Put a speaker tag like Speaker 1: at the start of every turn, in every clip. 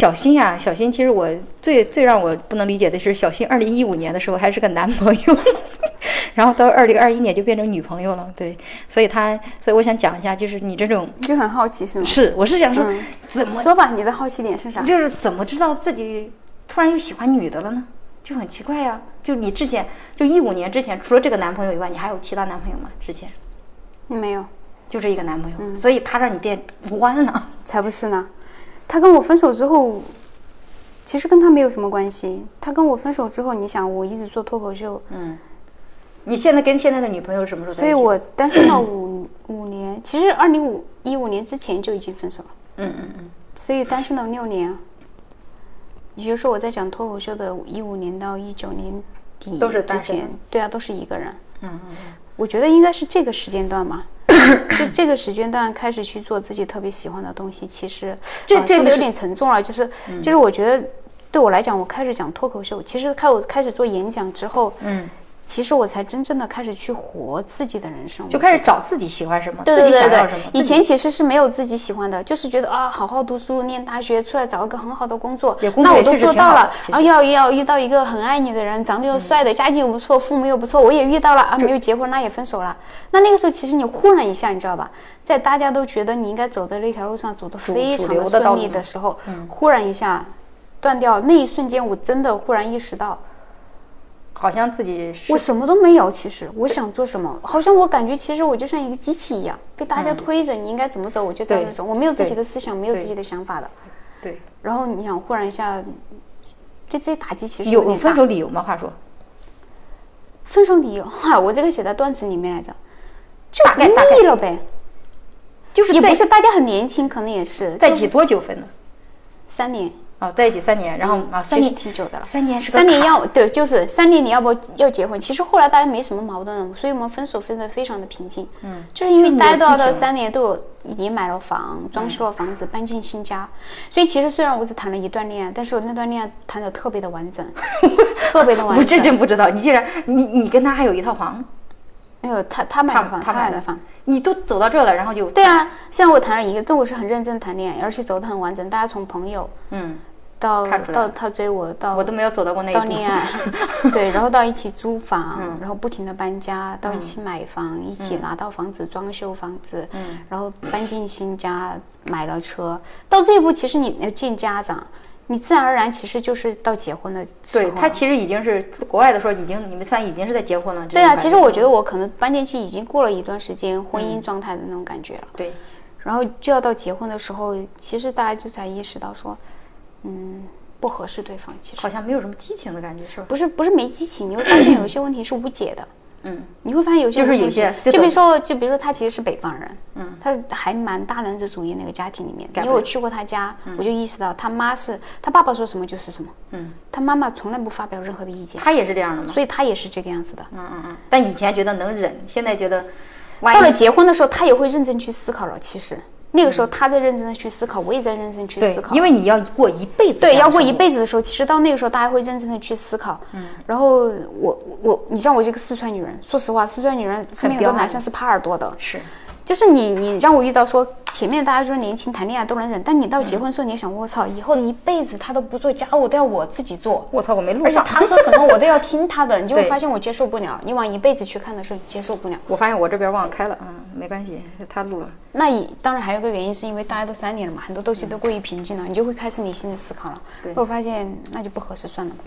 Speaker 1: 小新啊，小新，其实我最最让我不能理解的是，小新二零一五年的时候还是个男朋友， 然后到二零二一年就变成女朋友了。对，所以他，所以我想讲一下，就是你这种
Speaker 2: 你就很好奇是吗？
Speaker 1: 是，我是想说，
Speaker 2: 嗯
Speaker 1: 怎么
Speaker 2: 说吧，你的好奇点是啥？
Speaker 1: 就是怎么知道自己突然又喜欢女的了呢？就很奇怪呀、就你之前，就一五年之前，除了这个男朋友以外，你还有其他男朋友吗？之前
Speaker 2: 没有，
Speaker 1: 就这一个男朋友，
Speaker 2: 嗯
Speaker 1: 所以他让你变弯了。
Speaker 2: 才不是呢。他跟我分手之后，其实跟他没有什么关系。他跟我分手之后，你想，我一直做脱口秀，
Speaker 1: 你现在跟现在的女朋友什么时候在
Speaker 2: 所
Speaker 1: 一
Speaker 2: 以
Speaker 1: 起？
Speaker 2: 我单身到五五年，其实二零五一五年之前就已经分手了。
Speaker 1: 嗯
Speaker 2: 嗯嗯。所以单身了六年啊，也就是说我在讲脱口秀的一五年到一九年底
Speaker 1: 都是
Speaker 2: 之
Speaker 1: 单身
Speaker 2: 前，对啊，都是一个人。嗯嗯。我觉得应该是这个时间段嘛，就这个时间段开始去做自己特别喜欢的东西，其实
Speaker 1: 这
Speaker 2: 呃
Speaker 1: 这个
Speaker 2: 说的有
Speaker 1: 是嗯
Speaker 2: 点沉重了，就是就是我觉得对我来讲，我开始讲脱口秀，其实开我开始做演讲之后，嗯，其实我才真正的开始去活自己的人生，
Speaker 1: 就开始找自己喜欢什么，
Speaker 2: 对对
Speaker 1: 自己
Speaker 2: 对
Speaker 1: 想
Speaker 2: 对
Speaker 1: 要什么。
Speaker 2: 以
Speaker 1: 自己
Speaker 2: 前其实是没有自己喜欢的，就是觉得啊，好好读书，念大学，出来找一个很好的工作
Speaker 1: 也，工作
Speaker 2: 那我
Speaker 1: 也
Speaker 2: 都
Speaker 1: 确实
Speaker 2: 做
Speaker 1: 挺
Speaker 2: 到
Speaker 1: 好
Speaker 2: 了
Speaker 1: 的其。实嗯
Speaker 2: 然后要要遇到一个很爱你的人，长得又帅的，家境又不错，父母又不错，我也遇到了啊，没有结婚，那也分手了。那那个时候其实你忽然一下，你知道吧，在大家都觉得你应该走的那条路上走得非
Speaker 1: 主
Speaker 2: 常
Speaker 1: 流
Speaker 2: 的
Speaker 1: 的道
Speaker 2: 顺
Speaker 1: 路
Speaker 2: 利的
Speaker 1: 嘛嗯
Speaker 2: 时候，忽然一下断掉，那一瞬间我真的忽然意识到，
Speaker 1: 好像自己是
Speaker 2: 我什么都没有，其实我想做什么，好像我感觉其实我就像一个机器一样，被
Speaker 1: 嗯
Speaker 2: 大家推着，你应该怎么走我就怎么
Speaker 1: 对
Speaker 2: 走，我没有自己
Speaker 1: 对
Speaker 2: 的思想，没有自
Speaker 1: 对
Speaker 2: 己的想法的。
Speaker 1: 对
Speaker 2: 然后你想忽然一下，对自己打击其实
Speaker 1: 有有
Speaker 2: 点
Speaker 1: 分
Speaker 2: 大。
Speaker 1: 手理由吗？话说，
Speaker 2: 分手理由，哈，我这个写在段子里面来着，
Speaker 1: 嗯
Speaker 2: 就
Speaker 1: 大概大概
Speaker 2: 腻了呗，
Speaker 1: 就是
Speaker 2: 也
Speaker 1: 在
Speaker 2: 不是大家很年轻，可能也是
Speaker 1: 在一
Speaker 2: 就
Speaker 1: 起多久分的？
Speaker 2: 三年，
Speaker 1: 哦，在一起三年，然后啊，三
Speaker 2: 其实
Speaker 1: 年
Speaker 2: 挺久的了。
Speaker 1: 三年是个
Speaker 2: 三年
Speaker 1: 坎
Speaker 2: 要对，就是三年你要不要结婚？其实后来大家没什么矛盾了，所以我们分手分得非常的平静。嗯，就是因
Speaker 1: 就
Speaker 2: 为
Speaker 1: 你
Speaker 2: 大家
Speaker 1: 有
Speaker 2: 都
Speaker 1: 激
Speaker 2: 要到
Speaker 1: 情
Speaker 2: 三年都有已经买了房，
Speaker 1: 嗯
Speaker 2: 装修了房子，搬进新家，所以其实虽然我只谈了一段恋爱，但是我那段恋爱谈的特别 的完整，特别的
Speaker 1: 我
Speaker 2: 完
Speaker 1: 这
Speaker 2: 整。
Speaker 1: 真不知道，你竟然你你跟他还有一套房，
Speaker 2: 没有，他他买
Speaker 1: 他
Speaker 2: 的房，
Speaker 1: 他买
Speaker 2: 买
Speaker 1: 的
Speaker 2: 的房。
Speaker 1: 你都走到这了，然后就
Speaker 2: 对啊，虽然我谈了一个，但我是很认真谈恋爱，而且走的很完整。大家从朋友
Speaker 1: 嗯，
Speaker 2: 到
Speaker 1: 看出来
Speaker 2: 到
Speaker 1: 了
Speaker 2: 他追我到
Speaker 1: 我都没有走到过那一
Speaker 2: 到
Speaker 1: 步。 嗯
Speaker 2: 恋爱，对，然后到一起租房，然后不停的搬家，到一起买房，一起拿到房子装修房子，
Speaker 1: 嗯
Speaker 2: 然后搬进新家，买了车，到这一步其实你要见家长，你自然而然其实就是到结婚的时
Speaker 1: 对
Speaker 2: 候
Speaker 1: 他
Speaker 2: 了。
Speaker 1: 其实已经是国外的说，已经你们算已经是在结婚了。
Speaker 2: 对啊，其实我觉
Speaker 1: 得
Speaker 2: 得我可能搬进去已经过了一段时间婚姻状态的那种感觉了。
Speaker 1: 嗯对，
Speaker 2: 然后就要到结婚的时候，其实大家就才意识到说，嗯，不合适对方。其实
Speaker 1: 好像没有什么激情的感觉，是吧？
Speaker 2: 不是不是没激情，你会发现有一些问题是无解的。
Speaker 1: 嗯，
Speaker 2: 你会发现有些
Speaker 1: 就是有
Speaker 2: 问题
Speaker 1: 些就
Speaker 2: 就比
Speaker 1: 等
Speaker 2: 如说，就比如说他其实是北方人，嗯，他还蛮大男子主义那个家庭里面的，
Speaker 1: 改
Speaker 2: 因
Speaker 1: 不
Speaker 2: 为我
Speaker 1: 了嗯
Speaker 2: 去过他家，我就意识到他妈是他爸爸说什么就是什么，嗯，他妈妈从来不发表任何的意见，
Speaker 1: 他也是这样的嘛。
Speaker 2: 所以他也是这个样子的。
Speaker 1: 嗯嗯嗯。但以前觉得能忍，现在觉得啊万
Speaker 2: 到了
Speaker 1: 一
Speaker 2: 结婚的时候，他也会认真去思考了。其实那个时候他在认真的去思考，我也在认真地去
Speaker 1: 对
Speaker 2: 思，考，
Speaker 1: 因为你要过一辈子这
Speaker 2: 对，
Speaker 1: 样
Speaker 2: 要
Speaker 1: 的
Speaker 2: 过
Speaker 1: 生
Speaker 2: 一
Speaker 1: 活
Speaker 2: 辈子的时候，其实到那个时候，大家会认真的去思考。嗯，然后我我，你像我这个四川女人，说实话，四川女人身边很
Speaker 1: 彪
Speaker 2: 多
Speaker 1: 悍
Speaker 2: 男生是怕耳朵的，
Speaker 1: 是
Speaker 2: 就是你你让我遇到说前面大家就是年轻谈恋爱都能忍，但你到
Speaker 1: 嗯
Speaker 2: 结婚的时候，你也想我操，以后的一辈子他都不做家务，都要我自己做。
Speaker 1: 我操，我没录
Speaker 2: 而且
Speaker 1: 上。
Speaker 2: 他说什么我都要听他的，你就 会
Speaker 1: 对
Speaker 2: 发现我接受不了。你往一辈子去看的时候，你接受不了。
Speaker 1: 我发现我这边忘了开了，嗯，没关系，他录了。
Speaker 2: 那也当然还有一个原因，是因为大家都三年了嘛，很多东西都过于平静了，你就会开始理性的思考了。
Speaker 1: 对
Speaker 2: 我发现那就不合适，算了吧。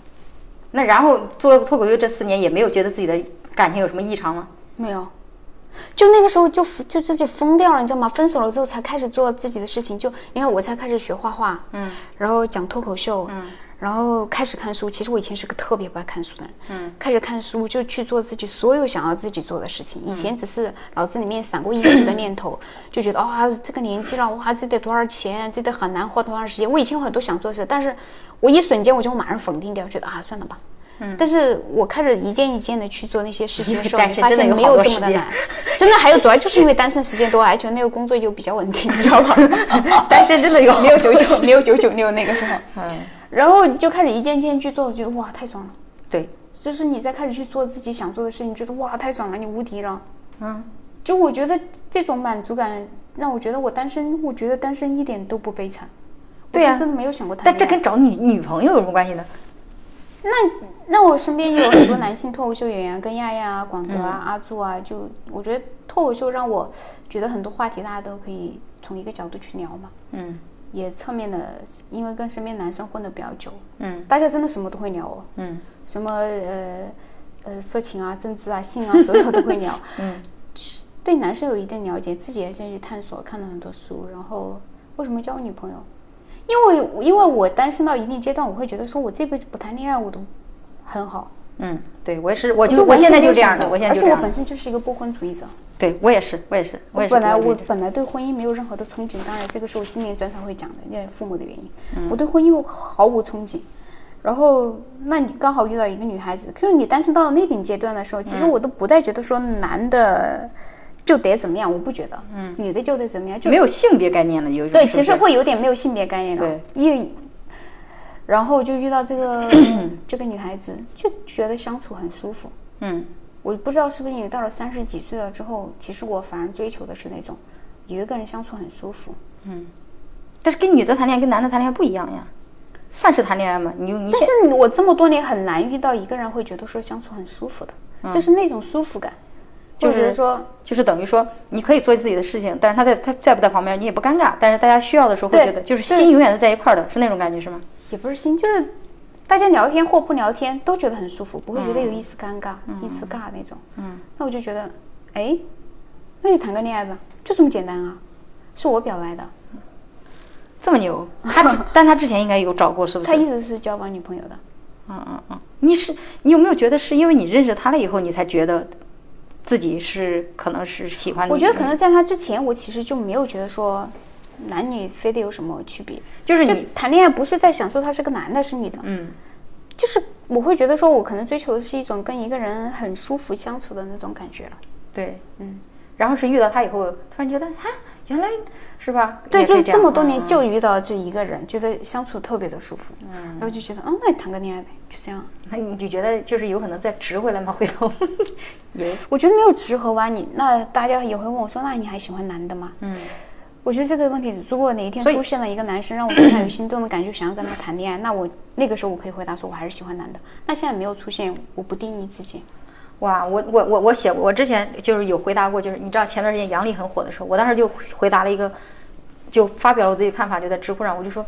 Speaker 1: 那然后做脱口秀这四年也没有觉得自己的感情有什么异常吗？
Speaker 2: 没有，就那个时候就就自己疯掉了，你知道吗？分手了之后才开始做自己的事情，就你看我才开始学画画，嗯，然后讲脱口秀，嗯，然后开始看书。其实我以前是个特别不爱看书的人，嗯，开始看书就去做自己所有想要自己做的事情。以前只是脑子里面闪过一丝的念头，就觉得啊、这个年纪了，哇，这得多少钱，这得很难活多长时间。我以前有很多想做的事，但是我一瞬间我就马上否定掉，觉得啊，算了吧。但是我开始一件一件的去做那些事 情的时候，
Speaker 1: 单
Speaker 2: 你
Speaker 1: 身
Speaker 2: 发
Speaker 1: 真的
Speaker 2: 现
Speaker 1: 有
Speaker 2: 没
Speaker 1: 好
Speaker 2: 有
Speaker 1: 多
Speaker 2: 这
Speaker 1: 时
Speaker 2: 么的
Speaker 1: 间
Speaker 2: 难。 真的还有，主要就是因为单身时间多，而且那个工作又比较稳定， 你知道吧？
Speaker 1: 单身真的有
Speaker 2: 没有九九，没有九九六那个时候。嗯。然后就开始一件件去做，我觉得哇太爽了。
Speaker 1: 对，
Speaker 2: 就是你在开始去做自己想做的事情，觉得哇太爽了，你无敌了。嗯。就我觉得这种满足感让我觉得我单身，我觉得单身一点都不悲惨。
Speaker 1: 对呀
Speaker 2: 我真的没有想过谈
Speaker 1: 但这
Speaker 2: 恋爱。
Speaker 1: 跟找女女朋友有什么关系呢？
Speaker 2: 那那我身边也有很 多男性脱口秀演员，跟亚亚啊、广德
Speaker 1: 嗯
Speaker 2: 啊、阿朱啊，就我觉得脱口秀让我觉得很多话题大家都可以从一个角度去聊嘛。
Speaker 1: 嗯
Speaker 2: 也侧面的，因为跟身边男生混的比较久，
Speaker 1: 嗯
Speaker 2: 大家真的什么都会聊哦，
Speaker 1: 嗯
Speaker 2: 什么呃呃色情啊、政治啊、性啊，所有都会聊。
Speaker 1: 嗯，
Speaker 2: 对男生有一定了解，自己也先去探索，看了很多书。然后为什么交女朋友？因为因为我单身到一定阶段，我会觉得说我这辈子不谈恋爱我都很好。
Speaker 1: 嗯，对我也是，我就
Speaker 2: 就
Speaker 1: 我现在
Speaker 2: 完全没
Speaker 1: 就
Speaker 2: 有
Speaker 1: 这样
Speaker 2: 想
Speaker 1: 的，
Speaker 2: 过
Speaker 1: 我现在
Speaker 2: 而
Speaker 1: 就
Speaker 2: 且
Speaker 1: 这
Speaker 2: 我
Speaker 1: 样
Speaker 2: 本
Speaker 1: 的。
Speaker 2: 身就是一个不婚主义者，
Speaker 1: 对我也是，我也是，我也是
Speaker 2: 本来
Speaker 1: 不
Speaker 2: 我
Speaker 1: 完全
Speaker 2: 本来对婚姻没有任何的憧憬，当然这个是我今年专场会讲的，因为父母的原因，
Speaker 1: 嗯
Speaker 2: 我对婚姻我毫无憧憬。然后，那你刚好遇到一个女孩子，可是你单身到那顶阶段的时候，其
Speaker 1: 嗯
Speaker 2: 实我都不再觉得说男的就得怎么样，我不觉得，嗯，女的就得怎么样，就
Speaker 1: 没有性别概念了，有一种
Speaker 2: 对，
Speaker 1: 是
Speaker 2: 其
Speaker 1: 不
Speaker 2: 实
Speaker 1: 是
Speaker 2: 会有点没有性别概念了。
Speaker 1: 对，
Speaker 2: 因为然后就遇到 这个这个女孩子，就觉得相处很舒服。
Speaker 1: 嗯
Speaker 2: 我不知道是不是因为到了三十几岁了之后，其实我反而追求的是那种与一个人相处很舒服。
Speaker 1: 嗯，但是跟女的谈恋爱跟男的谈恋爱不一样呀，算是谈恋爱吗？你就你
Speaker 2: 但
Speaker 1: 想
Speaker 2: 是我这么多年很难遇到一个人会觉得说相处很舒服的，就是那种舒服感，
Speaker 1: 嗯就
Speaker 2: 或者
Speaker 1: 是
Speaker 2: 说
Speaker 1: 就是等于说你可以做自己的事情，但是他在他在不在旁边你也不尴尬，但是大家需要的时候会
Speaker 2: 对
Speaker 1: 觉得就是
Speaker 2: 对
Speaker 1: 心永远是在一块儿的，是那种感觉是吗？
Speaker 2: 也不是心，就是大家聊天或不聊天都觉得很舒服，不会觉得有一丝尴尬、
Speaker 1: 嗯
Speaker 2: 一丝尬那种。嗯，那我就觉得，哎，那就谈个恋爱吧，就这么简单啊，是我表白的，
Speaker 1: 这么牛，他 之但他之前应该有找过是不
Speaker 2: 他
Speaker 1: 是？
Speaker 2: 一直是交往女朋友的。
Speaker 1: 嗯嗯嗯，你是你有没有觉得是因为你认识他了以后，你才觉得自己是可能是喜欢？
Speaker 2: 我觉得可能在他之前，我其实就没有觉得说男女非得有什么区别，
Speaker 1: 就是
Speaker 2: 就
Speaker 1: 你
Speaker 2: 谈恋爱不是在想说他是个男的，是女的，
Speaker 1: 嗯
Speaker 2: 就是我会觉得说我可能追求的是一种跟一个人很舒服相处的那种感觉了。
Speaker 1: 对
Speaker 2: 嗯，
Speaker 1: 然后是遇到他以后，突然觉得哈，原来是吧？
Speaker 2: 对，
Speaker 1: 也
Speaker 2: 就
Speaker 1: 可
Speaker 2: 是
Speaker 1: 以
Speaker 2: 这
Speaker 1: 样
Speaker 2: 么多
Speaker 1: 嗯
Speaker 2: 年就遇到这一个人，觉得相处特别的舒服，然后就觉得，嗯，那你谈个恋爱呗，就这样。
Speaker 1: 那你就觉得就是有可能再值回来吗？回头也
Speaker 2: 我觉得没有直合弯你，那大家也会问我说，那你还喜欢男的吗？嗯，我觉得这个问题，如果哪一天出现了一个男生让我对他有心动的感觉，想要跟他谈恋爱，那我那个时候我可以回答说，我还是喜欢男的。那现在没有出现，我不定义自己。
Speaker 1: 哇，我我我我写过，我之前就是有回答过，就是你知道前段时间杨笠很火的时候，我当时就回答了一个，就发表了我自己的看法，就在知乎上，我就说，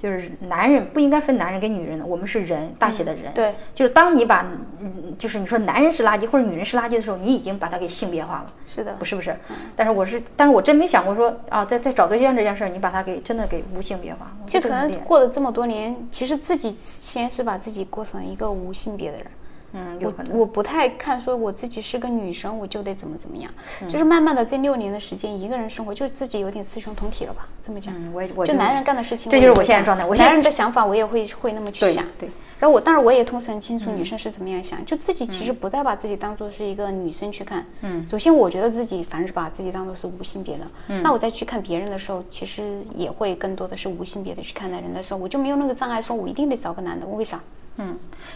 Speaker 1: 就是男人不应该分男人跟女人的，我们是人，大写的人。
Speaker 2: 嗯对，
Speaker 1: 就是当你把，嗯，就是你说男人是垃圾或者女人是垃圾的时候，你已经把它给性别化了。
Speaker 2: 是的
Speaker 1: 不，是不是，
Speaker 2: 嗯
Speaker 1: 但是我是，但是我真没想过说啊，在在找对象这件事儿，你把它给真的给无性别化，我觉得
Speaker 2: 就可
Speaker 1: 这很
Speaker 2: 能
Speaker 1: 厉害
Speaker 2: 过了这么多年，其实自己先是把自己过成一个无性别的人。
Speaker 1: 嗯，有
Speaker 2: 我
Speaker 1: 可能，
Speaker 2: 我不太看说我自己是个女生，我就得怎么怎么样，
Speaker 1: 嗯
Speaker 2: 就是慢慢的这六年的时间，一个人生活，就是自己有点雌雄同体了吧？这么讲，
Speaker 1: 嗯，我也我
Speaker 2: 就
Speaker 1: 就
Speaker 2: 男人干的事情
Speaker 1: 这
Speaker 2: 也会
Speaker 1: 就
Speaker 2: 干，
Speaker 1: 是我现在状态我现在
Speaker 2: 男人的想法我也会会那么去
Speaker 1: 对嗯
Speaker 2: 想。
Speaker 1: 对，
Speaker 2: 然后我，当然我也同时很清楚女生是怎么样想，就自己
Speaker 1: 嗯
Speaker 2: 其实不再把自己当做是一个女生去看。嗯，首先我觉得自己凡是把自己当做是无性别的，
Speaker 1: 嗯
Speaker 2: 那我再去看别人的时候，其实也会更多的是无性别的去看待人的时候，我就没有那个障碍，说我一定得找个男的，我为啥？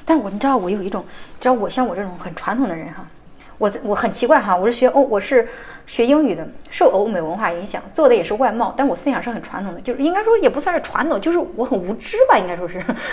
Speaker 1: 但是我你知道我有一种，知道我像我这种很传统的人哈，我我很奇怪哈，我是学欧我是学英语的，受欧美文化影响，做的也是外贸，但我思想是很传统的，就是应该说也不算是传统，就是我很无知吧，应该说是，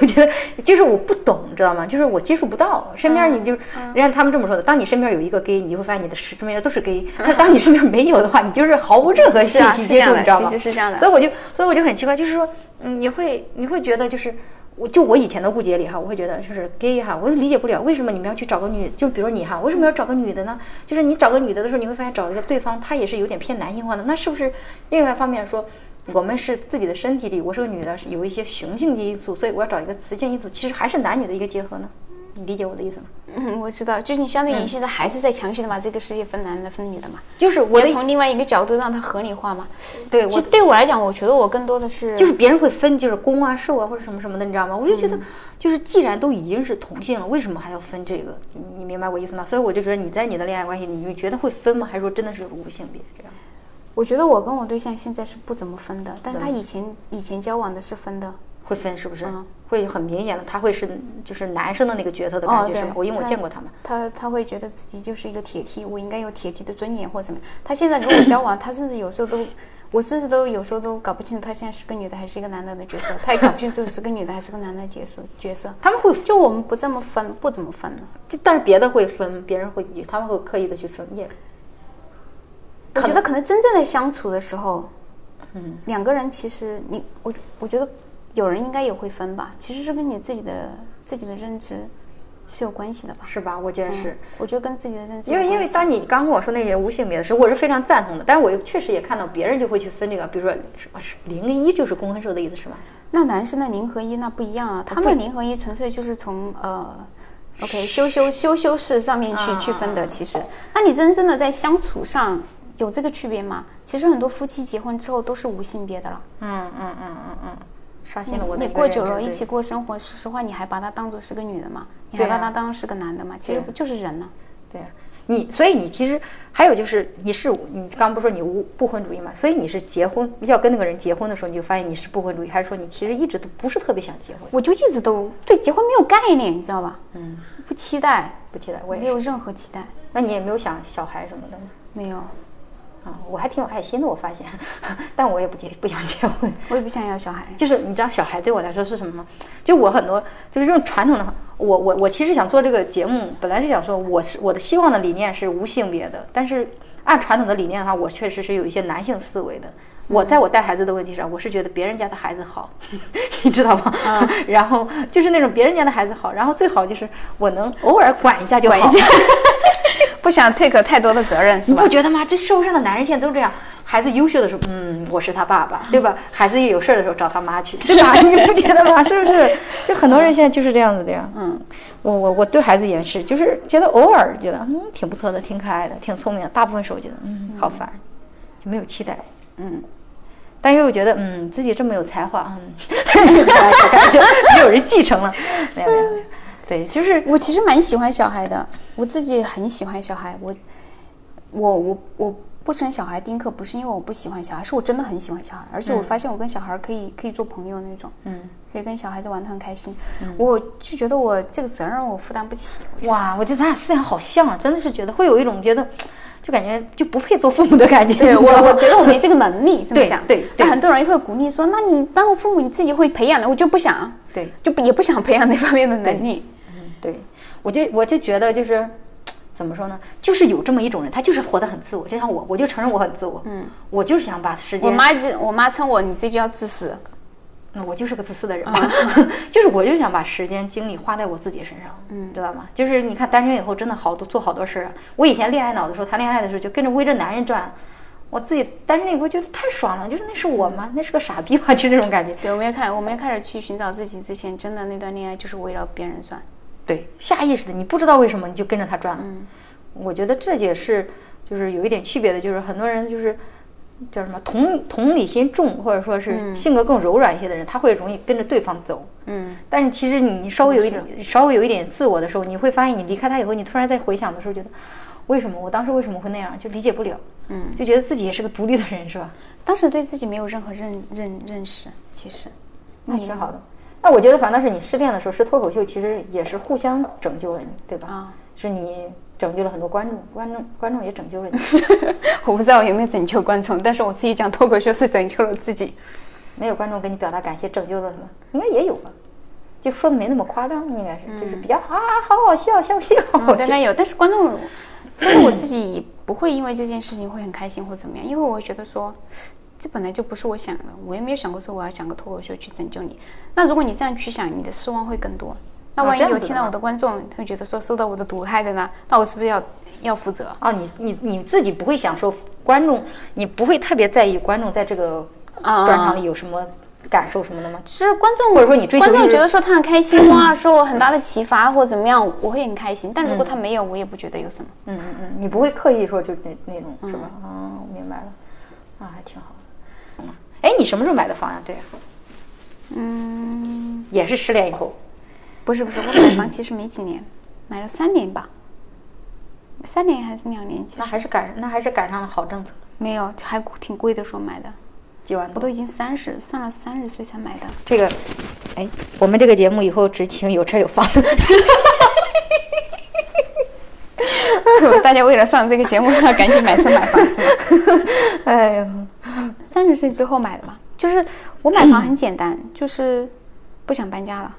Speaker 1: 我觉得就是我不懂，知道吗？就是我接触不到，身
Speaker 2: 嗯
Speaker 1: 边你就是，人家他们这么说的，当你身边有一个 gay，你就会发现你的身边都是 gay，但是当你身边没有的话，你就是毫无任何
Speaker 2: 是
Speaker 1: 信
Speaker 2: 啊
Speaker 1: 息
Speaker 2: 是
Speaker 1: 接
Speaker 2: 这样
Speaker 1: 触，
Speaker 2: 的
Speaker 1: 你知道吗？
Speaker 2: 其实是这样的
Speaker 1: 所以我就，所以我就很奇怪，就是说，嗯，你会你会觉得就是。我就我以前的误解里哈，我会觉得就是 gay 哈，我理解不了为什么你们要去找个女，就比如你哈，为什么要找个女的呢？就是你找个女的的时候，你会发现找一个对方他也是有点偏男性化的，那是不是另外一方面说，我们是自己的身体里，我是个女的，是有一些雄性的因素，所以我要找一个雌性因素，其实还是男女的一个结合呢？你理解我的意思吗？
Speaker 2: 嗯，我知道，就是你相对于现在还是在强行的把这个世界分男的分女的嘛，
Speaker 1: 就是我
Speaker 2: 我
Speaker 1: 的
Speaker 2: 从另外一个角度让它合理化嘛。
Speaker 1: 对我
Speaker 2: 就对我来讲，我觉得我更多的是
Speaker 1: 就是别人会分，就是公啊、受啊或者什么什么的，你知道吗？我就觉
Speaker 2: 嗯
Speaker 1: 得，就是既然都已经是同性了，为什么还要分这个？你你明白我意思吗？所以我就觉得你在你的恋爱关系，你就觉得会分吗？还是说真的是无性别这样？
Speaker 2: 我觉得我跟我对象现在是不怎么分的，但
Speaker 1: 嗯
Speaker 2: 是他以前以前交往的是分的。
Speaker 1: 会分是不是？
Speaker 2: 嗯
Speaker 1: 会很明显的，他会是就是男生的那个角色的
Speaker 2: 哦
Speaker 1: 感觉是
Speaker 2: 对
Speaker 1: 吧？我因为我
Speaker 2: 他
Speaker 1: 见过他们，
Speaker 2: 他他会觉得自己就是一个铁梯，我应该有铁梯的尊严或者怎么样。他现在跟我交往，他甚至有时候都，我甚至都有时候都搞不清楚他现在是个女的还是一个男的的角色，他也搞不清楚是个女的还是个男的角色角色。
Speaker 1: 他们会
Speaker 2: 就我们不这么分，不怎么分了。
Speaker 1: 就但是别的会分，别人会他们会刻意的去分也。
Speaker 2: 我觉得可能真正的相处的时候，嗯，两个人其实你我我觉得有人应该也会分吧，其实是跟你自己的自己的认知是有关系的吧。
Speaker 1: 是吧？我觉得是。
Speaker 2: 我觉得跟自己的认知
Speaker 1: 因
Speaker 2: 有
Speaker 1: 为因为
Speaker 2: 关系
Speaker 1: 当你刚跟我说那些无性别的时候，我是非常赞同的，但是我又确实也看到别人就会去分这个，比如说什么是零跟一就是公分数的意思是吧？
Speaker 2: 那男生的零和一那不一样啊，他们的零和一纯粹就是从呃，OK 修修修修饰上面去、去分的。其实，那你真正的在相处上有这个区别吗？其实很多夫妻结婚之后都是无性别的了。
Speaker 1: 嗯嗯嗯嗯嗯，刷新了我的
Speaker 2: 你
Speaker 1: 一个
Speaker 2: 过
Speaker 1: 认
Speaker 2: 久
Speaker 1: 知
Speaker 2: 了一
Speaker 1: 对
Speaker 2: 起过生活，说实话，你还把他当做是个女的吗？你
Speaker 1: 对
Speaker 2: 还
Speaker 1: 啊
Speaker 2: 把他当做是个男的吗？其实不就是人呢、
Speaker 1: 对啊，你所以你其实还有就是你是你刚不是说你无不婚主义嘛？所以你是结婚要跟那个人结婚的时候，你就发现你是不婚主义，还是说你其实一直都不是特别想结婚？
Speaker 2: 我就一直都对结婚没有概念，你知道吧？嗯，不期待，
Speaker 1: 不期待，我也
Speaker 2: 没有任何期待，
Speaker 1: 那你也没有想小孩什么的吗？
Speaker 2: 没有，
Speaker 1: 啊，我还挺有爱心的，我发现， 但我也不结不想结婚。
Speaker 2: 我也不想要小孩。
Speaker 1: 就是你知道小孩对我来说是什么吗？就我很多就是这种传统的，我我我其实想做这个节目，本来是想说我是我的希望的理念是无性别的，但是按传统的理念的话，我确实是有一些男性思维的。我
Speaker 2: 嗯
Speaker 1: 在我带孩子的问题上，我是觉得别人家的孩子好， 你知道吗？
Speaker 2: 嗯
Speaker 1: 然后就是那种别人家的孩子好，然后最好就是我能偶尔管一下就好。
Speaker 2: 管 一下 不想 take 太多的责任是
Speaker 1: 你
Speaker 2: 吧
Speaker 1: 不？觉得吗？这社会上的男人现在都这样，孩子优秀的时候，嗯，我是他爸爸，对吧？孩子一有事儿的时候找他妈去，对吧？ 你不觉得吗？是不是？就很多人现在就是这样子的呀。嗯，我我我对孩子也是，就是觉得偶尔觉得嗯挺不错的，挺可爱的，挺聪明的，大部分时候觉得嗯好烦，就没有期待。
Speaker 2: 嗯，
Speaker 1: 但又觉得嗯自己这么有才华，嗯， 有才华开 始没有人继承了，没有没有没有，对，就是
Speaker 2: 我其实蛮喜欢小孩的，我自己很喜欢小孩。我，我，我，我不生小孩丁克，不是因为我不喜欢小孩，是我真的很喜欢小孩，而且我发现我跟小孩可以可以做朋友那种，
Speaker 1: 嗯，
Speaker 2: 可以跟小孩子玩得很开心。我就觉得我这个责任我负担 不起。
Speaker 1: 哇，我觉得咱俩思想好像啊，真的是觉得会有一种觉得，就感觉就不配做父母的感觉。
Speaker 2: 对我，我
Speaker 1: 我
Speaker 2: 觉得我没这个能力，这么
Speaker 1: 对
Speaker 2: 想。
Speaker 1: 对对
Speaker 2: 但很多人会鼓励说：“那你当个父母，你自己会培养的。”我就不想，
Speaker 1: 对
Speaker 2: 就不也不想培养那方面的能力。
Speaker 1: 对，我就我就觉得就是。怎么说呢？就是有这么一种人，他就是活得很自我，就像我，我就承认我很自我，嗯，我就是想把时
Speaker 2: 我
Speaker 1: 间，
Speaker 2: 妈就我妈称我，你这就叫自私。
Speaker 1: 嗯我就是个自私的人嘛， 就是我就想把时间精力花在我自己身上，嗯，知道吗？就是你看单身以后真的好多做好多事儿啊。我以前恋爱脑的时候，谈恋爱的时候就跟着围着男人转，我自己单身以后觉得太爽了，就是那是我吗？那是个傻逼吧，就那种感觉。
Speaker 2: 对，我们要开，我们要开始去寻找自己之前，真的那段恋爱就是围绕别人转。
Speaker 1: 对，下意识的，你不知道为什么你就跟着他转了。我觉得这也是就是有一点区别的，就是很多人就是叫什么同同理心重，或者说是性格更柔软一些的人，他会容易跟着对方走。
Speaker 2: 嗯，
Speaker 1: 但是其实你你稍微有一点稍微有一点自我的时候，你会发现你离开他以后，你突然在回想的时候，觉得为什么我当时为什么会那样，就理解不了。嗯，就觉得自己也是个独立的人，是吧？
Speaker 2: 当时对自己没有任何认认认识，其实
Speaker 1: 那挺好的。那我觉得反倒是你失恋的时候，是脱口秀，其实也是互相拯救了你，对吧？
Speaker 2: 啊，
Speaker 1: 是你拯救了很多观众，观众观众也拯救了 你。
Speaker 2: 我不知道我有没有拯救观众，但是我自己讲脱口秀是拯救了自己。
Speaker 1: 没有观众给你表达感谢，拯救了什么？应该也有吧，就说的没那么夸张，应该是、就是比较啊，好好笑，笑笑，好好
Speaker 2: 应
Speaker 1: 笑。
Speaker 2: 该嗯有，但是观众，但是我自己不会因为这件事情会很开心或怎么样，因为我会觉得说，这本来就不是我想的，我也没有想过说我要讲个脱口秀去拯救你。那如果你这样去想，你的失望会更多。那
Speaker 1: 哦
Speaker 2: 万一
Speaker 1: 这样
Speaker 2: 有
Speaker 1: 子的
Speaker 2: 听到
Speaker 1: 吗
Speaker 2: 我的观众会觉得说受到我的毒害的呢，那我是不是要要负责？
Speaker 1: 哦，你你你自己不会想说观众，你不会特别在意观众在这个
Speaker 2: 啊
Speaker 1: 专场里有什么感受什么的吗？
Speaker 2: 是观众，
Speaker 1: 或者说你追求
Speaker 2: 观众
Speaker 1: 就是
Speaker 2: 觉得说他很开 心哇，受我很大的启发或怎么样，我会很开心。但如果他没有，我也不觉得有什么。
Speaker 1: 嗯嗯嗯，你不会刻意说就那那种是吧？哦，我明白了，啊，还挺好的。嗯哎，你什么时候买的房呀、对呀、
Speaker 2: 嗯，
Speaker 1: 也是失恋以后。
Speaker 2: 不是不是，我买房其实没几年，买了三年吧，三年还是两年？其
Speaker 1: 那
Speaker 2: 实
Speaker 1: 还是赶那还是赶上了好政策，
Speaker 2: 没有，还挺贵的时候买的，
Speaker 1: 几万
Speaker 2: 我
Speaker 1: 多。
Speaker 2: 都已经三十上了三十岁才买的。
Speaker 1: 这个，哎，我们这个节目以后只请有车有房的。
Speaker 2: 大家为了上这个节目，要赶紧买车买房是吗？
Speaker 1: 哎呦，
Speaker 2: 三十岁之后买的吧。就是我买房很简单，就是不想搬家了，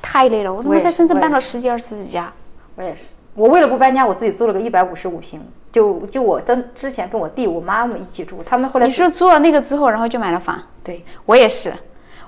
Speaker 2: 太累了。我他
Speaker 1: 我
Speaker 2: 妈
Speaker 1: 也
Speaker 2: 在
Speaker 1: 是
Speaker 2: 深圳
Speaker 1: 我也
Speaker 2: 搬了十几二十次家，
Speaker 1: 我也是，我为了不搬家，我自己租了个一百五十五平。就就我跟之前跟我弟我妈们一起住，他们后来
Speaker 2: 你是租了那个之后，然后就买了房。
Speaker 1: 对，
Speaker 2: 我也是，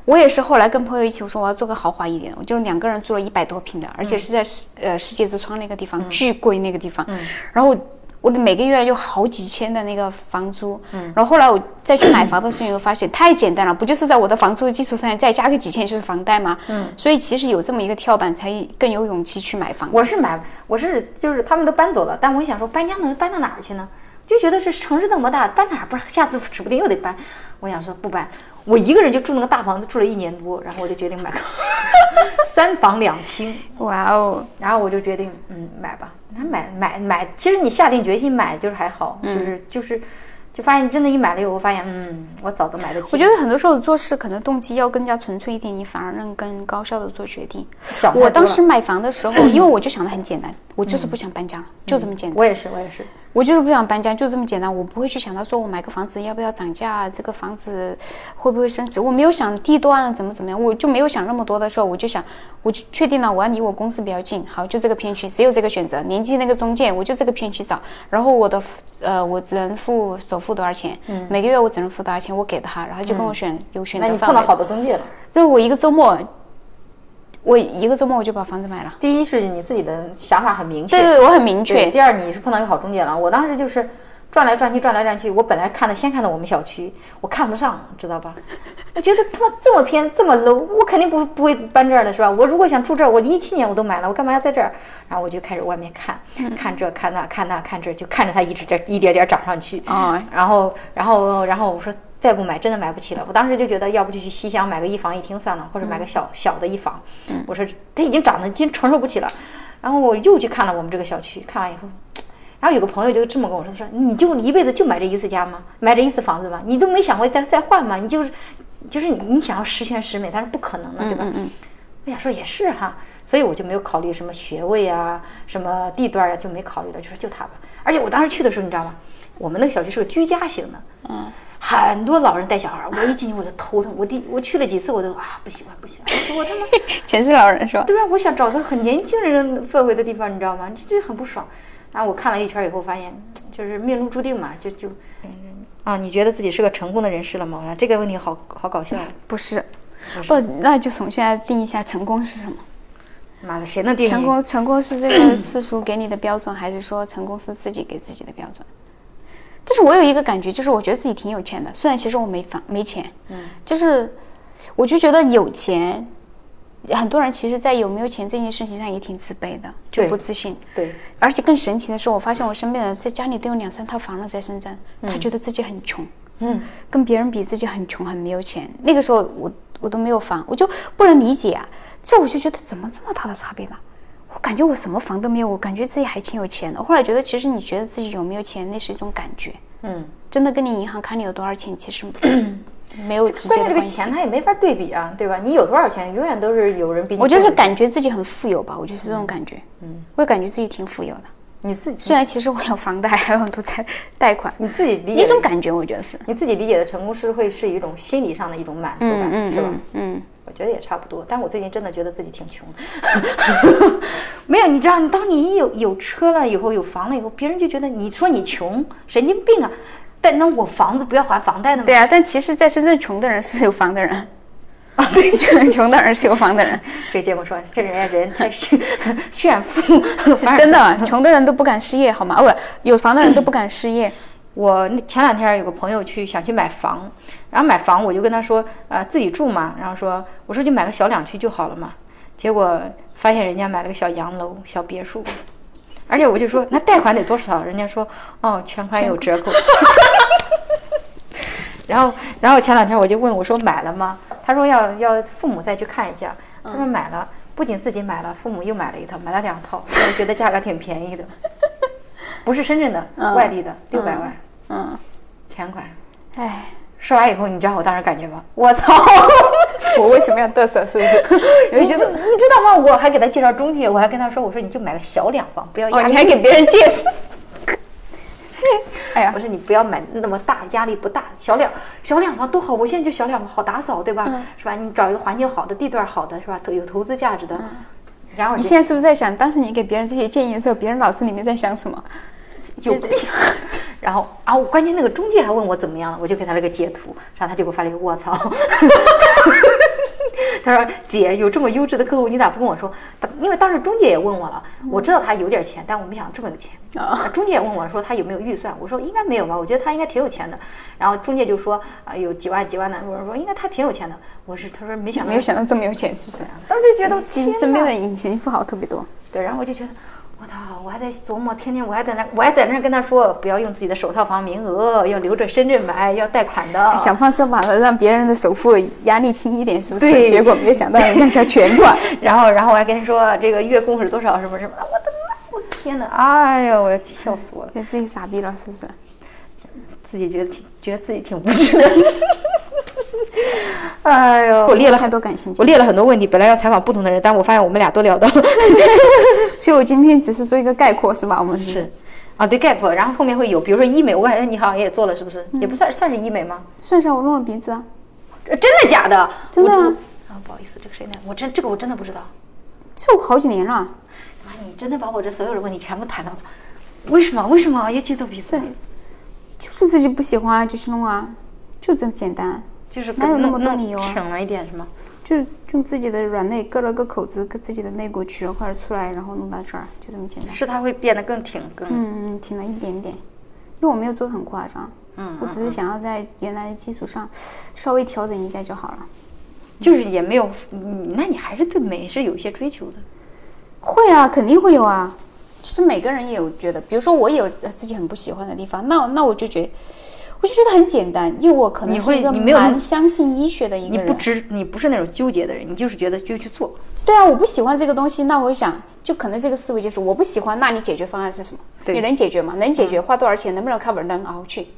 Speaker 2: 我也是后来跟朋友一起，我说我要做个豪华一点的，我就两个人租了一百多平的，而且是在世、呃世界之窗那个地方，巨贵那个地方。然后我我每个月有好几千的那个房租。然后后来我再去买房的时候，你会发现太简单了，不就是在我的房租的基础上再加个几千就是房贷吗？所以其实有这么一个跳板，才更有勇气去买房。
Speaker 1: 我是买，我是就是他们都搬走了，但我一想说搬家能搬到哪儿去呢？就觉得这城市那么大，搬哪儿不是下次指不定又得搬。我想说不搬，我一个人就住那个大房子，住了一年多，然后我就决定买个 三房两厅，
Speaker 2: 哇哦，
Speaker 1: 然后我就决定嗯买吧，那买买买，其实你下定决心买就是还好，
Speaker 2: 嗯
Speaker 1: 就是就是就发现真的，一买了以后发现嗯，我早都买得起。
Speaker 2: 我觉得很多时候做事可能动机要更加纯粹一点，你反而能更高效的做决定。
Speaker 1: 想太多
Speaker 2: 我当
Speaker 1: 了
Speaker 2: 时买房 的时候，因为我就想的很简单，我就是不想搬家，就这么简单。
Speaker 1: 我也是我也是，
Speaker 2: 我就是不想搬家，就这么简单。我不会去想到说我买个房子要不要涨价，啊这个房子会不会升值，我没有想地段啊怎么怎么样，我就没有想那么多的时候，我就想，我就确定了我要离我公司比较近，好，就这个片区，只有这个选择，临近那个中介，我就这个片区找。然后我的呃，我只能付首付多少钱，每个月我只能付多少钱，我给他，然后就跟我选、有选
Speaker 1: 嗯那
Speaker 2: 择
Speaker 1: 你
Speaker 2: 范
Speaker 1: 碰
Speaker 2: 围
Speaker 1: 到。好的中介了。
Speaker 2: 就是我一个周末，我一个周末我就把房子买了。
Speaker 1: 第一是你自己的想法很明确，
Speaker 2: 对对，我很明
Speaker 1: 对，
Speaker 2: 确。
Speaker 1: 第二，你是碰到一个好中介了。我当时就是转来转去，转来转去。我本来看的，先看的我们小区，我看不上，知道吧？ 我觉得他妈这么偏，这么 low，我肯定不不会搬这儿的，是吧？我如果想住这儿，我一七年我都买了，我干嘛要在这儿？然后我就开始外面看，看这看那看那看这，就看着它一直在一点点涨上去。
Speaker 2: 哦
Speaker 1: 然后然后然后我说。再不买，真的买不起了。我当时就觉得，要不就去西乡买个一房一厅算了，或者买个小、小的一房。我说它已经涨得已经承受不起了。然后我又去看了我们这个小区，看完以后，然后有个朋友就这么跟我说：“说你就一辈子就买这一次家吗？买这一次房子吗？你都没想过再再换吗？你就是，就是你你想要十全十美，但是不可能的，对吧？”我哎想说也是哈，所以我就没有考虑什么学位啊、什么地段啊，就没考虑了，就说就它吧。而且我当时去的时候，你知道吗？我们那个小区是个居家型的，嗯，很多老人带小孩儿。我一进去我就头疼，我第我去了几次我都啊不喜欢不喜欢， 我他妈
Speaker 2: 全是老人是吧？
Speaker 1: 对啊，我想找个很年轻人氛围的地方，你知道吗？这这很不爽。然后我看了一圈以后，发现就是命中注定嘛，就就，啊，你觉得自己是个成功的人士了吗？我说这个问题好好搞笑啊，
Speaker 2: 不是，不，哦那就从现在定义一下成功是什么？
Speaker 1: 妈的，谁能定义？
Speaker 2: 成功，成功是这个世俗给你的标准，还是说成功是自己给自己的标准？但是我有一个感觉，就是我觉得自己挺有钱的，虽然其实我没房没钱，嗯，就是我就觉得有钱，很多人其实，在有没有钱这件事情上也挺自卑的，就
Speaker 1: 对
Speaker 2: 不自信。
Speaker 1: 对，
Speaker 2: 而且更神奇的是，我发现我身边的人在家里都有两三套房了，在深圳，他觉得自己很穷，
Speaker 1: 嗯，
Speaker 2: 跟别人比自己很穷，很没有钱。那个时候我我都没有房，我就不能理解啊，这我就觉得怎么这么大的差别呢？我感觉我什么房都没有，我感觉自己还挺有钱的。后来觉得，其实你觉得自己有没有钱，那是一种感觉，
Speaker 1: 嗯，
Speaker 2: 真的跟你银行卡里有多少钱其 实没有直
Speaker 1: 关键
Speaker 2: 接的
Speaker 1: 这个
Speaker 2: 关系
Speaker 1: 钱。它也没法对比啊，对吧？你有多少钱，永远都是有人比你
Speaker 2: 我
Speaker 1: 多的。
Speaker 2: 就是感觉自己很富有吧，我就是这种感觉，嗯，我也感觉自己挺富有的。
Speaker 1: 你自己
Speaker 2: 虽然其实我有房贷，还有很多贷贷款，
Speaker 1: 你自己理
Speaker 2: 一
Speaker 1: 解
Speaker 2: 种
Speaker 1: 的，
Speaker 2: 感觉，我觉得是。
Speaker 1: 你自己理解的成功是会是一种心理上的一种满足感，是吧？
Speaker 2: 嗯，
Speaker 1: 我觉得也差不多，但我最近真的觉得自己挺穷。 没有，你知道，当你一有有车了以后，有房了以后，别人就觉得你说你穷，神经病啊！但那我房子不要还房贷的吗？
Speaker 2: 对啊，但其实，在深圳穷的人是有房的人，啊， 对，穷的人是有房的人，
Speaker 1: 这节目说这人家人 太炫炫富， 反正
Speaker 2: 真的，啊穷的人都不敢失业，好吗？哦，不，有房的人都不敢失业。
Speaker 1: 我那前两天有个朋友去想去买房，然后买房我就跟他说，呃，自己住嘛，然后说我说就买个小两居就好了嘛，结果发现人家买了个小洋楼、小别墅，而且我就说那贷款得多少？人家说哦，全款有折扣。 然后，然后前两天我就问我说买了吗？他说要要父母再去看一下。他说买了，不仅自己买了，父母又买了一套，买了两套，所以我觉得价格挺便宜的， 不是深圳的，外地的，六百万。
Speaker 2: 嗯，
Speaker 1: 全款。
Speaker 2: 哎，
Speaker 1: 说完以后，你知道我当时感觉吗？我操！
Speaker 2: 我为什么要嘚瑟？是不是？ 我就
Speaker 1: 你
Speaker 2: 觉
Speaker 1: 知
Speaker 2: 得，
Speaker 1: 你知道吗？我还给他介绍中介，我还跟他说，我说你就买个小两房，不要
Speaker 2: 哦，
Speaker 1: 压
Speaker 2: 你
Speaker 1: 力。
Speaker 2: 还给别人介绍，哎呀
Speaker 1: 我说你不要买那么大，压力不大，小两小两房多好，我现在就小两房好打扫，对吧？是吧？你找一个环境好的、地段好的，是吧？有投资价值的。然后我
Speaker 2: 你
Speaker 1: 就
Speaker 2: 现在是不是在想，当时你给别人这些建议的时候，别人脑子里面在想什么？
Speaker 1: 有不行。然后啊，我关键那个中介还问我怎么样了，我就给他了个截图，然后他就给我发了一个卧槽。 他说：“姐，有这么优质的客户，你咋不跟我说？当因为当时中介也问我了，我知道他有点钱，但我没想这么有钱。
Speaker 2: 啊
Speaker 1: 中介也问我说他有没有预算，我说应该没有吧，我觉得他应该挺有钱的。然后中介就说啊、有几万几万的，我说应该他挺有钱的。我是他说没想到
Speaker 2: 没有，想嗯到这么有钱，是不是？
Speaker 1: 当时就觉得
Speaker 2: 其
Speaker 1: 天
Speaker 2: 实身
Speaker 1: 哪
Speaker 2: 边的隐形富豪特别多。
Speaker 1: 对，然后我就觉得，我操，我还在琢磨，天天我还在那，我还在那跟他说，不要用自己的首套房名额，要留着深圳买，要贷款的。
Speaker 2: 想方设法的让别人的首付压力轻一点，是不是？
Speaker 1: 对
Speaker 2: 结果没有想到人家叫全款。
Speaker 1: 然后，然后我还跟他说这个月供是多少，什么什么的，我的妈，我天哪，哎呀，我要笑死我了，
Speaker 2: 觉得自己傻逼了，是不是？
Speaker 1: 自己觉得挺，觉得自己挺无知的。 哎呦，我列了
Speaker 2: 太多感兴趣
Speaker 1: 我。列了很多问题，本来要采访不同的人，但我发现我们俩都聊到了。
Speaker 2: 所以我今天只是做一个概括，是吧？我 们
Speaker 1: 是，啊，对，概括，然后后面会有，比如说医美，我感觉你好像也做了，是不是？也不算算是医美吗？
Speaker 2: 算上我弄了鼻子啊，
Speaker 1: 呃真的假的？
Speaker 2: 真的啊
Speaker 1: 我真啊，不好意思，这个谁呢？我真这个我真的不知道。
Speaker 2: 就好几年了。
Speaker 1: 妈，你真的把我这所有的问题全部谈到了，为什么？为什么也去做鼻子？
Speaker 2: 就是自己不喜欢啊就去弄啊，就这么简单，
Speaker 1: 就是
Speaker 2: 哪有那么多
Speaker 1: 弄
Speaker 2: 理由啊
Speaker 1: 挺了一点是吗？
Speaker 2: 就用自己的软肋割了个口子，割自己的肋骨取了块儿出来，然后弄到这儿，就这么简单。
Speaker 1: 是它会变得更挺更。
Speaker 2: 嗯，挺了一点点，因为我没有做的很夸张，嗯，我只是想要在原来的基础上稍微调整一下就好了。
Speaker 1: 就是也没有，嗯那你还是对美是有一些追求的。
Speaker 2: 会啊，肯定会有啊，就是每个人也有觉得，比如说我也有呃自己很不喜欢的地方，那那我就觉我就觉得很简单，因为我可能
Speaker 1: 你
Speaker 2: 是
Speaker 1: 会
Speaker 2: 一个
Speaker 1: 你没有那么
Speaker 2: 蛮相信医学的一个
Speaker 1: 你
Speaker 2: 人，
Speaker 1: 不执，你不是那种纠结的人，你就是觉得就去做。
Speaker 2: 对啊，我不喜欢这个东西，那我会想，就可能这个思维就是我不喜欢，那你解决方案是什么？
Speaker 1: 对嗯
Speaker 2: 你能解决吗？能解决，花多少钱？能不能 cover？能熬去？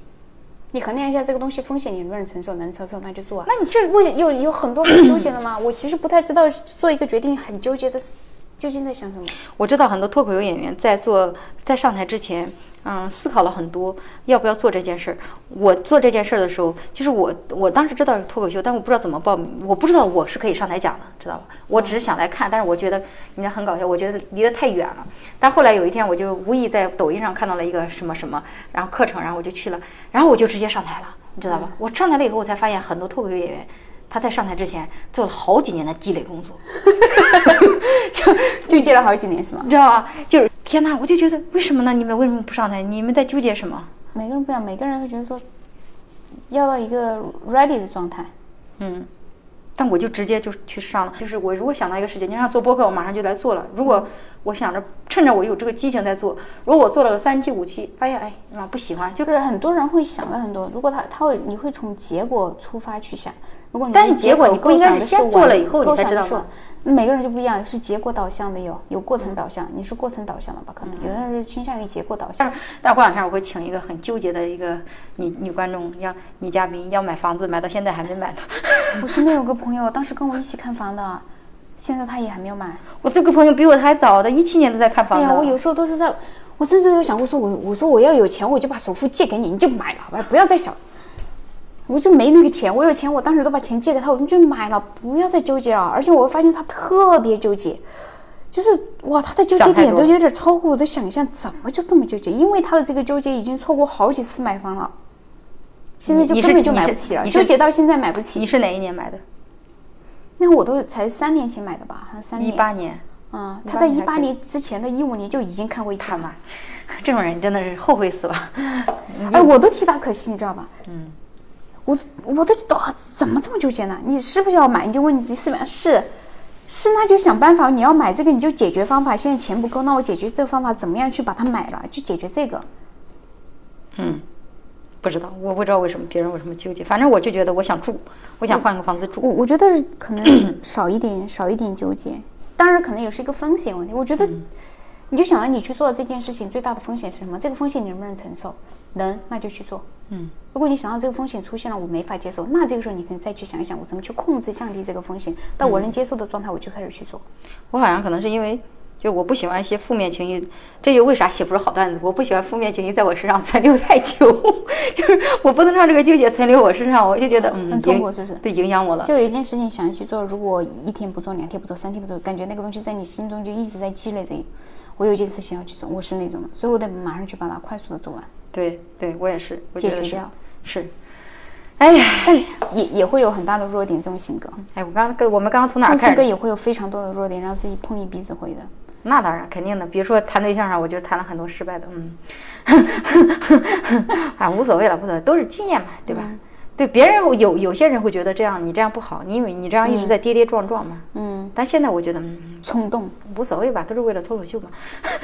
Speaker 2: 你衡量一下这个东西风险，你能不能承受？能承受那就做啊。那你这为有有很多很纠结的吗？我其实不太知道做一个决定很纠结的思，究竟在想什么。
Speaker 1: 我知道很多脱口秀演员在做在上台之前，嗯，思考了很多要不要做这件事儿。我做这件事儿的时候，就是我我当时知道是脱口秀，但我不知道怎么报名，我不知道我是可以上台讲的，知道吧？我只是想来看，但是我觉得人家很搞笑，我觉得离得太远了。但后来有一天，我就无意在抖音上看到了一个什么什么，然后课程，然后我就去了，然后我就直接上台了，你知道吧？我上台了以后，我才发现很多脱口秀演员。他在上台之前做了好几年的积累工作，
Speaker 2: 纠结了好几年是吗？
Speaker 1: 你知道吗？就是天呐，我就觉得为什么呢？你们为什么不上台？你们在纠结什么？
Speaker 2: 每个人不一样，每个人会觉得说，要到一个 ready 的状态。
Speaker 1: 嗯，但我就直接就去上了。就是我如果想到一个事情，你让我做播客，我马上就来做了。如果我想着趁着我有这个激情在做，如果我做了个三期五期，发现哎妈不喜欢，就
Speaker 2: 就是很多人会想了很多，如果他他会，你会从结果出发去想。如果你
Speaker 1: 但是
Speaker 2: 的
Speaker 1: 结果你不
Speaker 2: 构
Speaker 1: 应该
Speaker 2: 想
Speaker 1: 是
Speaker 2: 的
Speaker 1: 先
Speaker 2: 完
Speaker 1: 做了以后你
Speaker 2: 构
Speaker 1: 才
Speaker 2: 想
Speaker 1: 知
Speaker 2: 的
Speaker 1: 道
Speaker 2: 是
Speaker 1: 吗
Speaker 2: 完每个人就不一样，是结果导向的有，有
Speaker 1: 嗯
Speaker 2: 过程导向，你是过程导向的吧？可能有的人是倾向于结果导向
Speaker 1: 但。是但是过两天我会请一个很纠结的一个女女观众，要女嘉宾要买房子，买到现在还没买呢。
Speaker 2: 我身边有个朋友，当时跟我一起看房的，现在他也还没有买。
Speaker 1: 我这个朋友比我还早的，一七年都在看房
Speaker 2: 哎
Speaker 1: 子
Speaker 2: 呀，
Speaker 1: 了。
Speaker 2: 我有时候都是在，我甚至有想过说我，我说我要有钱，我就把首付借给你，你就买了，好吧，不要再想。我就没那个钱，我有钱，我当时都把钱借给他，我就买了，不要再纠结了。而且我发现他特别纠结，就是哇，他的纠结
Speaker 1: 想太
Speaker 2: 点
Speaker 1: 多
Speaker 2: 都有点超乎我的想象，怎么就这么纠结？因为他的这个纠结已经错过好几次买房了，现在
Speaker 1: 你
Speaker 2: 就
Speaker 1: 你
Speaker 2: 根
Speaker 1: 是
Speaker 2: 本就
Speaker 1: 你
Speaker 2: 买
Speaker 1: 是
Speaker 2: 不起了，
Speaker 1: 你
Speaker 2: 纠
Speaker 1: 是
Speaker 2: 结到现在买不起
Speaker 1: 你。是哪一年买的？
Speaker 2: 那我都才三年前买的吧，好像三
Speaker 1: 一
Speaker 2: 年。
Speaker 1: 八年。
Speaker 2: 嗯，
Speaker 1: 18
Speaker 2: 他在一
Speaker 1: 年还
Speaker 2: 八
Speaker 1: 可以
Speaker 2: 年之前的一五年就已经看过一次
Speaker 1: 看吧，这种人真的是后悔死吧。
Speaker 2: 哎，我都替他可惜，你知道吧？嗯，我我都哇，怎么这么纠结呢？你是不是要买？你就问你自己是不是是是，那就想办法。你要买这个，你就解决方法。现在钱不够，那我解决这个方法，怎么样去把它买了？去解决这个。
Speaker 1: 不知道，我不知道为什么别人为什么纠结，反正我就觉得我想住，我
Speaker 2: 嗯
Speaker 1: 想换个房子住。
Speaker 2: 我我觉得是可能少一点，少一点纠结。当然，可能也是一个风险问题。我觉得，你就想啊到你去做这件事情最大的风险是什么？这个风险你能不能承受？能，那就去做。嗯，如果你想到这个风险出现了，我没法接受，那这个时候你可以再去想一想，我怎么去控制、降低这个风险，到我能接受的状态，我就开始去做。
Speaker 1: 我好像可能是因为就我不喜欢一些负面情绪，这就为啥写不出好段子。我不喜欢负面情绪在我身上存留太久， 就是我不能让这个纠结存留我身上，我就觉得嗯，
Speaker 2: 很痛
Speaker 1: 影
Speaker 2: 苦是不是
Speaker 1: 对，影响我了。
Speaker 2: 就有一件事情想要去做，如果一天不做，两天不做，三天不做，感觉那个东西在你心中就一直在积累着。我有一件事情要去做，我是那种的，所以我得马上去把它快速的做完。
Speaker 1: 对，对我也是，我觉
Speaker 2: 解
Speaker 1: 得
Speaker 2: 决
Speaker 1: 是
Speaker 2: 掉
Speaker 1: 是。哎呀，
Speaker 2: 也也会有很大的弱点，这种性格，
Speaker 1: 哎，我刚刚跟我们刚刚从哪
Speaker 2: 这
Speaker 1: 儿
Speaker 2: 种性
Speaker 1: 开
Speaker 2: 格
Speaker 1: 始？
Speaker 2: 也会有非常多的弱点，让自己碰一鼻子灰的。
Speaker 1: 那当然，肯定的。比如说谈对象上，我就谈了很多失败的，嗯， 啊，无所谓了，无所谓，都是经验嘛，对吧？
Speaker 2: 嗯
Speaker 1: 对别人会有有些人会觉得这样你这样不好，你以为你这样一直在跌跌撞撞嘛。
Speaker 2: 嗯，
Speaker 1: 但现在我觉得，嗯，
Speaker 2: 冲动，
Speaker 1: 无所谓吧，都是为了脱口秀嘛，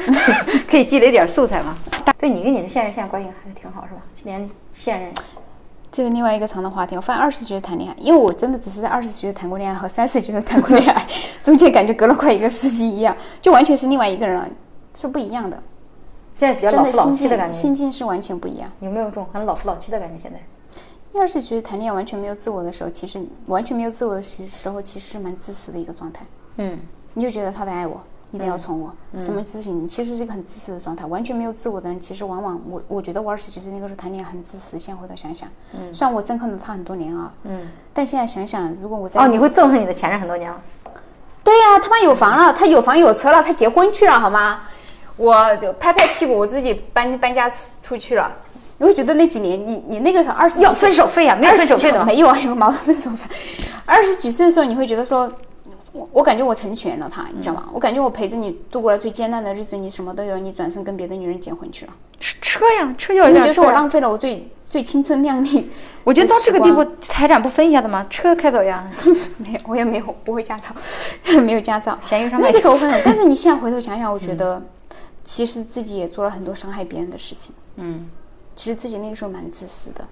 Speaker 1: 可以积累点素材嘛。对你跟你的现任现在关系还挺好是吧？连现任
Speaker 2: 这个另外一个长的话题，我发现二十岁就谈恋爱，因为我真的只是在二十岁就谈过恋爱和三十岁就谈过恋爱， 中间感觉隔了快一个世纪一样，就完全是另外一个人了，是不一样的，
Speaker 1: 现在比较
Speaker 2: 真
Speaker 1: 老
Speaker 2: 的
Speaker 1: 夫老
Speaker 2: 心
Speaker 1: 妻的感觉，
Speaker 2: 境心境是完全不一样。
Speaker 1: 有没有这种很老夫老妻的感觉？现在
Speaker 2: 二十岁谈恋爱完全没有自我的时候，其实完全没有自我的时时候，其实是蛮自私的一个状态。
Speaker 1: 嗯，
Speaker 2: 你就觉得他得爱我，一定要宠我，什么事情其实是一个很自私的状态，完全没有自我的人，其实往往我我觉得我二十几岁那个时候谈恋爱很自私，现在回头想想，虽然我憎恨了他很多年啊，
Speaker 1: 嗯，
Speaker 2: 但现在想想，如果我在
Speaker 1: 哦，你会憎恨你的前任很多年了。
Speaker 2: 对呀、他妈有房了，他有房有车了，他结婚去了，好吗？我就拍拍屁股，我自己搬搬家出出去了。你会觉得那几年，你你那个时候二十
Speaker 1: 要分手费呀、没有
Speaker 2: 二
Speaker 1: 分
Speaker 2: 十
Speaker 1: 手
Speaker 2: 九
Speaker 1: 费的吗？
Speaker 2: 没有啊，有个毛的分手费。二十几岁的时候，你会觉得说，我我感觉我成全了他，你知道吗？我感觉我陪着你度过了最艰难的日子，你什么都有，你转身跟别的女人结婚去了，
Speaker 1: 车呀，车要
Speaker 2: 你
Speaker 1: 一
Speaker 2: 会
Speaker 1: 辆
Speaker 2: 觉得
Speaker 1: 车
Speaker 2: 我
Speaker 1: 呀。
Speaker 2: 浪费了我最最青春靓丽。
Speaker 1: 我觉得到这个地
Speaker 2: 时
Speaker 1: 步
Speaker 2: 光，
Speaker 1: 财产不分一下的吗？车开走 呀，
Speaker 2: 没有，我也没有，不会驾照， 没有驾照。
Speaker 1: 闲鱼上卖嗯
Speaker 2: 那个
Speaker 1: 车。
Speaker 2: 时候会很，但是你现在回头想想，我觉得其实自己也做了很多伤害别人的事情。
Speaker 1: 嗯，
Speaker 2: 其实自己那个时候蛮自私的。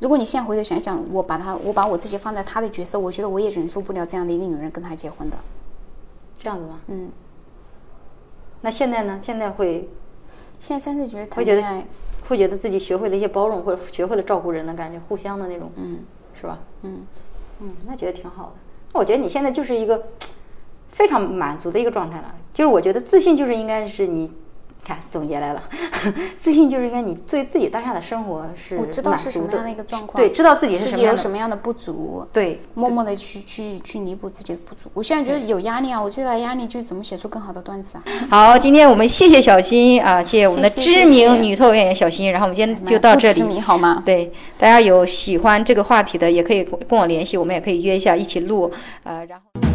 Speaker 2: 如果你现在回头想想，我把他，我把我自己放在他的角色，我觉得我也忍受不了这样的一个女人跟他结婚的。
Speaker 1: 这样子吗？
Speaker 2: 嗯，
Speaker 1: 那现在呢？现在会
Speaker 2: 现在三十岁谈
Speaker 1: 会觉得
Speaker 2: 恋爱，
Speaker 1: 会觉得自己学会了一些包容，或者学会了照顾人的感觉，互相的那种，嗯，是吧？
Speaker 2: 嗯
Speaker 1: 嗯，那觉得挺好的。那我觉得你现在就是一个非常满足的一个状态了，就是我觉得自信就是应该是你。看总结来了， 自信就是应该你对自己当下的生活是
Speaker 2: 我知道
Speaker 1: 满
Speaker 2: 是
Speaker 1: 足
Speaker 2: 什么
Speaker 1: 的
Speaker 2: 样的一个状况
Speaker 1: 对，知道自己是
Speaker 2: 自
Speaker 1: 什么
Speaker 2: 己
Speaker 1: 样
Speaker 2: 有
Speaker 1: 的，
Speaker 2: 什么样的不足，
Speaker 1: 对，
Speaker 2: 默默的去去去弥补自己的不足。我现在觉得有压力啊，我最大的压力就是怎么写出更好的段子啊。
Speaker 1: 好，今天我们谢谢小新啊，谢谢我们的
Speaker 2: 谢谢
Speaker 1: 知
Speaker 2: 谢
Speaker 1: 名
Speaker 2: 谢
Speaker 1: 女脱口演员小新。然后我们今天就到这
Speaker 2: 不知
Speaker 1: 里。
Speaker 2: 名好吗？
Speaker 1: 对，大家有喜欢这个话题的，也可以跟我联系，我们也可以约一下一起录。呃，然后。